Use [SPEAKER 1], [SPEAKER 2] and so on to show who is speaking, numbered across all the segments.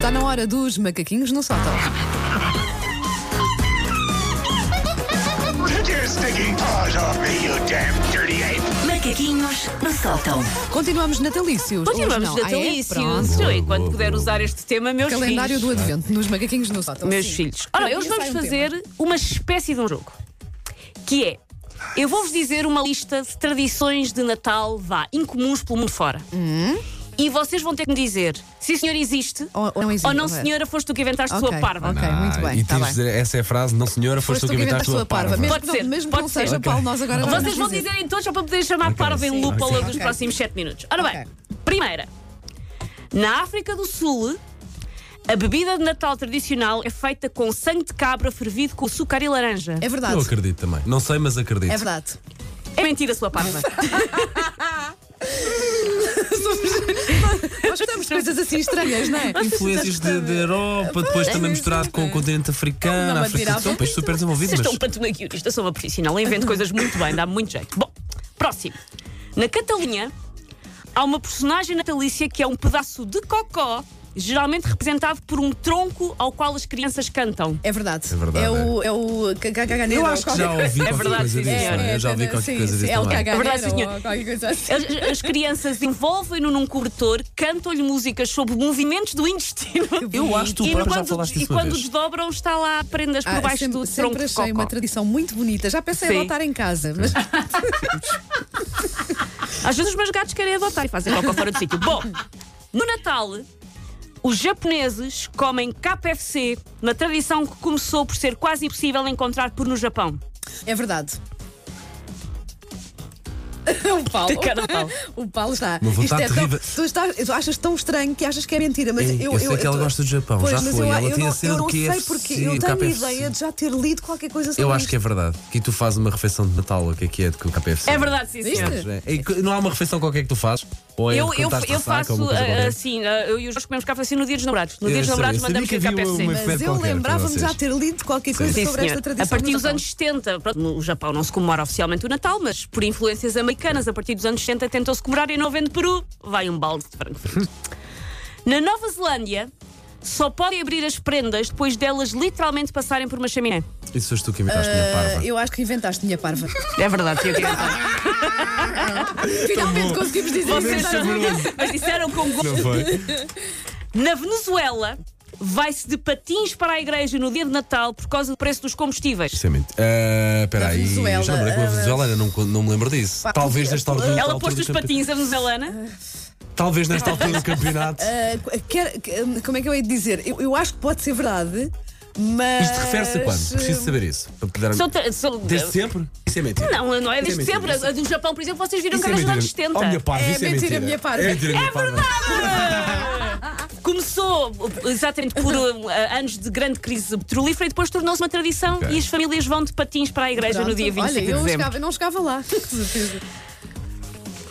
[SPEAKER 1] Está na hora dos macaquinhos no sótão.
[SPEAKER 2] Take your stinking paws off me, you damn dirty ape!
[SPEAKER 3] Macaquinhos no sótão.
[SPEAKER 1] Natalícios. natalícios. Hoje
[SPEAKER 4] Continuamos
[SPEAKER 1] não. Ah, é?
[SPEAKER 4] natalícios.
[SPEAKER 1] Pronto.
[SPEAKER 4] Não, e quando puder usar este tema, meus
[SPEAKER 1] Calendário
[SPEAKER 4] filhos.
[SPEAKER 1] do Advento nos macaquinhos no sótão.
[SPEAKER 4] Meus
[SPEAKER 1] Sim.
[SPEAKER 4] filhos. Ora,
[SPEAKER 1] Cada
[SPEAKER 4] hoje
[SPEAKER 1] dia
[SPEAKER 4] vamos
[SPEAKER 1] sai um
[SPEAKER 4] fazer
[SPEAKER 1] tema.
[SPEAKER 4] uma espécie de um jogo. Que é. Eu vou-vos dizer uma lista de tradições de Natal, vá, incomuns pelo mundo fora. E vocês vão ter que me dizer se o senhor existe
[SPEAKER 1] Hum? Ou- ou não existe,
[SPEAKER 4] ou não,
[SPEAKER 1] ok.
[SPEAKER 4] senhora, foste tu que inventaste
[SPEAKER 1] Ok,
[SPEAKER 4] sua parva.
[SPEAKER 1] ok, muito bem.
[SPEAKER 5] Ah, E
[SPEAKER 1] tá
[SPEAKER 5] tens de
[SPEAKER 1] bem.
[SPEAKER 5] dizer, essa é a frase, não senhora, foste tu que inventaste a tua parva.
[SPEAKER 1] Mesmo,
[SPEAKER 4] Pode
[SPEAKER 1] que não-
[SPEAKER 4] ser,
[SPEAKER 1] mesmo que
[SPEAKER 4] pode
[SPEAKER 1] não
[SPEAKER 4] ser.
[SPEAKER 1] seja Paulo, nós agora não
[SPEAKER 4] Vocês
[SPEAKER 1] vamos
[SPEAKER 4] vão
[SPEAKER 1] dizer.
[SPEAKER 4] dizerem todos só para poder chamar parva em
[SPEAKER 5] sim,
[SPEAKER 4] loop ao
[SPEAKER 5] ok,
[SPEAKER 4] longo dos
[SPEAKER 1] ok.
[SPEAKER 4] próximos 7 minutos. Ora bem,
[SPEAKER 1] Ok.
[SPEAKER 4] primeira. Na África do Sul, a bebida de Natal tradicional é feita com sangue de cabra fervido com açúcar e laranja.
[SPEAKER 1] É
[SPEAKER 5] Eu
[SPEAKER 1] verdade.
[SPEAKER 5] acredito também. Não sei, mas acredito.
[SPEAKER 1] É verdade.
[SPEAKER 4] É mentira, sua parva.
[SPEAKER 1] Nós estamos coisas assim estranhas, não é?
[SPEAKER 5] Influências de, de Europa, depois também misturado com o continente africano,
[SPEAKER 1] Não, mas
[SPEAKER 5] África do Sul,
[SPEAKER 1] tirava
[SPEAKER 5] um país super desenvolvido,
[SPEAKER 4] Vocês
[SPEAKER 5] mas
[SPEAKER 4] estão um patomaquiurista, sou uma profissional, invento coisas muito bem, dá-me muito jeito. Bom, próximo. Na Catalunha, há uma personagem natalícia que é um pedaço de cocó, geralmente representado por um tronco ao qual as crianças cantam.
[SPEAKER 1] É verdade.
[SPEAKER 5] É verdade,
[SPEAKER 1] É o. É o. ca- ca- caganeiro
[SPEAKER 5] eu
[SPEAKER 1] ou
[SPEAKER 5] acho que
[SPEAKER 1] qualquer
[SPEAKER 5] já ouvi
[SPEAKER 4] É
[SPEAKER 5] qualquer
[SPEAKER 4] verdade,
[SPEAKER 5] coisa
[SPEAKER 4] sim,
[SPEAKER 5] disso.
[SPEAKER 4] senhor.
[SPEAKER 5] olha, Eu já ouvi qualquer
[SPEAKER 1] sim,
[SPEAKER 5] coisa
[SPEAKER 1] sim,
[SPEAKER 5] disso
[SPEAKER 1] assim. É o
[SPEAKER 5] também.
[SPEAKER 1] caganeiro
[SPEAKER 4] É verdade, senhor.
[SPEAKER 1] ou qualquer coisa assim.
[SPEAKER 4] As, as crianças envolvem-no num cobertor, cantam-lhe músicas sobre movimentos do intestino.
[SPEAKER 5] Eu acho que tu
[SPEAKER 4] e
[SPEAKER 5] próprio já
[SPEAKER 4] quando,
[SPEAKER 5] falaste
[SPEAKER 4] e
[SPEAKER 5] isso uma
[SPEAKER 4] quando
[SPEAKER 5] vez.
[SPEAKER 4] desdobram, está lá prendas por
[SPEAKER 1] Ah,
[SPEAKER 4] baixo
[SPEAKER 1] sempre,
[SPEAKER 4] do
[SPEAKER 1] sempre
[SPEAKER 4] tronco de
[SPEAKER 1] achei
[SPEAKER 4] cocó.
[SPEAKER 1] uma tradição muito bonita. Já pensei
[SPEAKER 4] Sim.
[SPEAKER 1] em adotar em casa, mas
[SPEAKER 4] Às vezes os meus gatos querem adotar e fazem cocó fora do sítio. Bom, no Natal, os japoneses comem KFC, uma tradição que começou por ser quase impossível encontrar por no Japão.
[SPEAKER 1] é verdade. O Paulo.
[SPEAKER 4] Cara, Paulo.
[SPEAKER 1] O Paulo está.
[SPEAKER 5] Uma
[SPEAKER 1] Isto
[SPEAKER 5] vontade
[SPEAKER 1] é tão,
[SPEAKER 5] terrível.
[SPEAKER 1] tu, estás, tu achas tão estranho que achas que é mentira, mas
[SPEAKER 5] Ei,
[SPEAKER 1] eu,
[SPEAKER 5] eu sei que ela
[SPEAKER 1] tô-
[SPEAKER 5] gosta do Japão,
[SPEAKER 1] Pois,
[SPEAKER 5] já
[SPEAKER 1] mas
[SPEAKER 5] foi,
[SPEAKER 1] eu,
[SPEAKER 5] ela
[SPEAKER 1] eu
[SPEAKER 5] tinha
[SPEAKER 1] não,
[SPEAKER 5] sido
[SPEAKER 1] eu não
[SPEAKER 5] do
[SPEAKER 1] sei
[SPEAKER 5] KFC,
[SPEAKER 1] porque eu tenho
[SPEAKER 5] KFC.
[SPEAKER 1] ideia de já ter lido qualquer coisa sobre
[SPEAKER 5] Eu acho que é verdade. Que tu fazes uma refeição de Natal, o que é que é de que o KPFC?
[SPEAKER 4] É verdade, sim,
[SPEAKER 1] Viste?
[SPEAKER 4] senhor.
[SPEAKER 5] É. E que- não há uma refeição qualquer que tu fazes? Ou é
[SPEAKER 4] Eu, eu,
[SPEAKER 5] levantares-te
[SPEAKER 4] eu
[SPEAKER 5] a saco,
[SPEAKER 4] faço
[SPEAKER 5] alguma coisa
[SPEAKER 4] ah,
[SPEAKER 5] qualquer?
[SPEAKER 4] assim, ah, eu e os meus comemos KFC no dia dos namorados. No
[SPEAKER 5] Eu
[SPEAKER 4] dia dos
[SPEAKER 5] sei, eu
[SPEAKER 4] namorados
[SPEAKER 5] sabia
[SPEAKER 4] mandamos
[SPEAKER 5] que
[SPEAKER 4] ter
[SPEAKER 5] havia
[SPEAKER 4] KFC.
[SPEAKER 5] uma-
[SPEAKER 1] Mas
[SPEAKER 5] Pede
[SPEAKER 1] eu
[SPEAKER 5] qualquer para
[SPEAKER 1] lembrava-me de já
[SPEAKER 5] vocês.
[SPEAKER 1] ter lido qualquer coisa
[SPEAKER 4] Sim,
[SPEAKER 1] sobre
[SPEAKER 4] senhor.
[SPEAKER 1] esta tradição.
[SPEAKER 4] A partir
[SPEAKER 1] no
[SPEAKER 4] dos
[SPEAKER 1] Japão.
[SPEAKER 4] anos 70, pronto, no Japão não se comemora oficialmente o Natal, mas por influências americanas, a partir dos anos 70 tentou-se comemorar e não havendo Peru, vai um balde de frango frito. Na Nova Zelândia, só podem abrir as prendas depois delas literalmente passarem por uma chaminé.
[SPEAKER 5] Isso foste tu que inventaste minha parva.
[SPEAKER 1] Eh, Eu acho que inventaste minha parva.
[SPEAKER 4] É verdade, tinha que inventar.
[SPEAKER 1] Finalmente conseguimos dizer
[SPEAKER 4] Vocês
[SPEAKER 1] isso.
[SPEAKER 4] mas disseram com gosto.
[SPEAKER 5] Não foi?
[SPEAKER 4] Na Venezuela, vai-se de patins para a igreja no dia de Natal por causa do preço dos combustíveis.
[SPEAKER 5] Isso é mentira. Ah, Espera
[SPEAKER 1] Da
[SPEAKER 5] aí.
[SPEAKER 1] Venezuela,
[SPEAKER 5] Já lembrei que
[SPEAKER 1] ah,
[SPEAKER 5] uma Venezuela ainda não, não me lembro disso.
[SPEAKER 1] Pá,
[SPEAKER 5] Talvez
[SPEAKER 1] porque-
[SPEAKER 5] nesta altura.
[SPEAKER 4] Ela
[SPEAKER 5] altura
[SPEAKER 4] pôs-te
[SPEAKER 5] do
[SPEAKER 4] os
[SPEAKER 5] campe-
[SPEAKER 4] patins, a venezuelana.
[SPEAKER 5] Talvez nesta altura do campeonato.
[SPEAKER 1] Ah, quer- que- hum, como é que eu ia dizer? Eu, eu acho que pode ser verdade, mas.
[SPEAKER 5] Isto refere-se a quando? Preciso saber isso. Para poder-
[SPEAKER 4] São tra- são-
[SPEAKER 5] Desde sempre? Isso é mentira.
[SPEAKER 4] Não, não é desde
[SPEAKER 5] Isso é
[SPEAKER 4] sempre.
[SPEAKER 5] mentira.
[SPEAKER 4] A do Japão, por exemplo, vocês viram
[SPEAKER 5] Isso é
[SPEAKER 4] caras dos
[SPEAKER 5] mentira.
[SPEAKER 4] anos 70.
[SPEAKER 5] Oh, minha parva,
[SPEAKER 1] É
[SPEAKER 5] isso é
[SPEAKER 1] mentira,
[SPEAKER 5] mentira.
[SPEAKER 1] minha parva.
[SPEAKER 5] É mentira, minha parva.
[SPEAKER 4] Começou uh, exatamente por uh, anos de grande crise petrolífera e depois tornou-se uma tradição
[SPEAKER 5] Ok.
[SPEAKER 4] e as famílias vão de patins para a igreja
[SPEAKER 1] Pronto,
[SPEAKER 4] no dia 25
[SPEAKER 1] Olha,
[SPEAKER 4] de
[SPEAKER 1] eu
[SPEAKER 4] dezembro.
[SPEAKER 1] chegava- não chegava lá. Com certeza.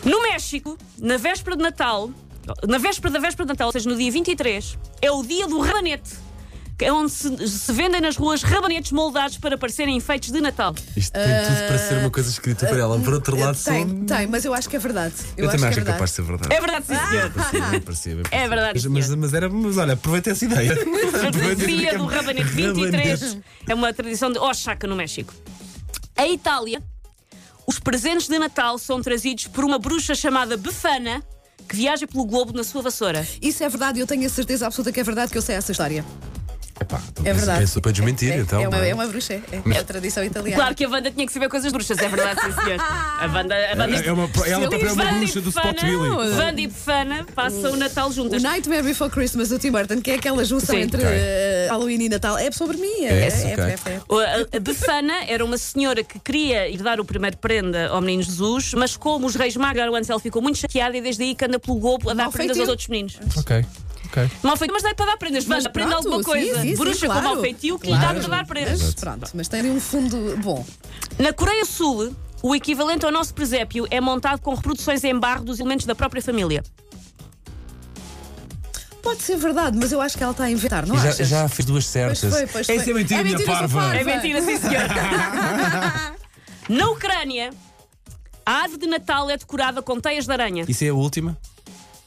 [SPEAKER 4] No México, na véspera de Natal, na véspera da véspera de Natal, ou seja, no dia 23, é o dia do rabanete. que É onde se, se vendem nas ruas rabanetes moldados para parecerem enfeites de Natal.
[SPEAKER 5] Isto tem tudo para ser uma coisa escrita por ela. Por outro lado, são.
[SPEAKER 1] tem, tem, mas eu acho que é verdade. Eu,
[SPEAKER 5] Eu
[SPEAKER 1] acho
[SPEAKER 5] também
[SPEAKER 1] que
[SPEAKER 5] acho
[SPEAKER 1] é
[SPEAKER 5] que é capaz
[SPEAKER 1] verdade.
[SPEAKER 5] de ser verdade.
[SPEAKER 4] É verdade, sim, senhor.
[SPEAKER 5] Parecia, bem parecia, bem parecia.
[SPEAKER 4] É verdade,
[SPEAKER 5] Mas,
[SPEAKER 4] senhor.
[SPEAKER 5] mas era, mas olha, aproveita essa ideia. Aproveita
[SPEAKER 4] Dia
[SPEAKER 5] essa-
[SPEAKER 4] do Rabanete 23 é uma tradição de Oaxaca, no México. A Itália, os presentes de Natal são trazidos por uma bruxa chamada Befana que viaja pelo globo na sua vassoura.
[SPEAKER 1] Isso é verdade, eu tenho a certeza absoluta que é verdade que eu sei essa história.
[SPEAKER 5] Epá, então
[SPEAKER 1] É
[SPEAKER 5] penso-
[SPEAKER 1] verdade.
[SPEAKER 5] penso para desmentir,
[SPEAKER 1] é,
[SPEAKER 5] então.
[SPEAKER 1] é, uma,
[SPEAKER 5] não é?
[SPEAKER 1] é uma bruxa, é, é a tradição italiana.
[SPEAKER 4] Claro que a Wanda tinha que saber coisas bruxas, é verdade, sim, senhor. A Wanda. A Wanda
[SPEAKER 5] É uma- ela própria é uma
[SPEAKER 4] Wanda e
[SPEAKER 5] bruxa do
[SPEAKER 4] Befana-
[SPEAKER 5] Spot Billy.
[SPEAKER 4] Wanda e Befana passam o Natal
[SPEAKER 1] O
[SPEAKER 4] juntas.
[SPEAKER 1] Nightmare Before Christmas do Tim Burton, que é aquela junção
[SPEAKER 4] Sim.
[SPEAKER 1] entre
[SPEAKER 5] Ok.
[SPEAKER 1] eh, Halloween e Natal, é sobre mim. É,
[SPEAKER 5] É,
[SPEAKER 1] é,
[SPEAKER 5] ok.
[SPEAKER 1] é, é.
[SPEAKER 4] O- a- A Befana era uma senhora que queria ir dar o primeiro prenda ao menino Jesus, mas como os reis magos eram antes, ela ficou muito chateada e desde aí que anda pelo globo a dar
[SPEAKER 1] Mal
[SPEAKER 4] prendas
[SPEAKER 1] feitio.
[SPEAKER 4] aos outros meninos.
[SPEAKER 5] Ok, ok.
[SPEAKER 4] Mal feito, mas dá para dar prendas.
[SPEAKER 1] Mas
[SPEAKER 4] Mas aprenda
[SPEAKER 1] pronto,
[SPEAKER 4] alguma coisa.
[SPEAKER 1] sim, sim,
[SPEAKER 4] Bruxa
[SPEAKER 1] sim,
[SPEAKER 4] com
[SPEAKER 1] claro.
[SPEAKER 4] mau feitio que lhe dá
[SPEAKER 1] Claro.
[SPEAKER 4] para dar prendas.
[SPEAKER 1] Mas pronto, mas tem ali um fundo bom.
[SPEAKER 4] Na Coreia do Sul, o equivalente ao nosso presépio é montado com reproduções em barro dos elementos da própria família.
[SPEAKER 1] Pode ser verdade, mas eu acho que ela está a inventar, não
[SPEAKER 5] Já,
[SPEAKER 1] achas?
[SPEAKER 5] já fiz duas
[SPEAKER 1] Pois
[SPEAKER 5] certas.
[SPEAKER 1] foi, pois foi.
[SPEAKER 5] Isso é mentira, minha
[SPEAKER 1] sou
[SPEAKER 5] parva.
[SPEAKER 4] É mentira, sim, senhor. Na Ucrânia, a árvore de Natal é decorada com teias de aranha.
[SPEAKER 5] Isso é a última?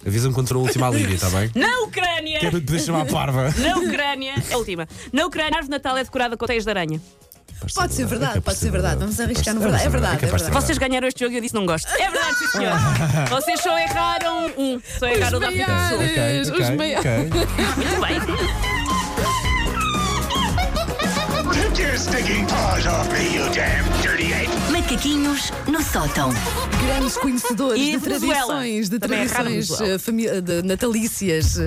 [SPEAKER 5] Avisa-me contra a última alívio, está bem?
[SPEAKER 4] Na Ucrânia!
[SPEAKER 5] Que é para te poder chamar parva.
[SPEAKER 4] Na Ucrânia, é a última. Na Ucrânia, a árvore de Natal é decorada com teias de aranha.
[SPEAKER 1] Pode ser verdade,
[SPEAKER 5] É capaz
[SPEAKER 1] pode
[SPEAKER 5] de
[SPEAKER 1] ser verdade. Vamos arriscar no verdade. É
[SPEAKER 5] capaz de
[SPEAKER 1] verdade,
[SPEAKER 5] ser
[SPEAKER 1] é
[SPEAKER 5] capaz de ser
[SPEAKER 1] verdade.
[SPEAKER 4] Vocês ganharam este jogo e eu disse não gosto. É verdade, sim, senhor. Vocês só erraram um. Só erraram o da África
[SPEAKER 1] ah.
[SPEAKER 4] do Sul.
[SPEAKER 5] Ok,
[SPEAKER 6] Os
[SPEAKER 5] ok, ok.
[SPEAKER 4] Muito bem.
[SPEAKER 2] Take your stinking paws off me, you damn dirty ape!
[SPEAKER 3] Macaquinhos no sótão.
[SPEAKER 1] Grandes conhecedores
[SPEAKER 4] E
[SPEAKER 1] de
[SPEAKER 4] Venezuela.
[SPEAKER 1] tradições, de
[SPEAKER 4] Também é raro
[SPEAKER 1] tradições
[SPEAKER 4] Venezuela.
[SPEAKER 1] eh, famí- de natalícias.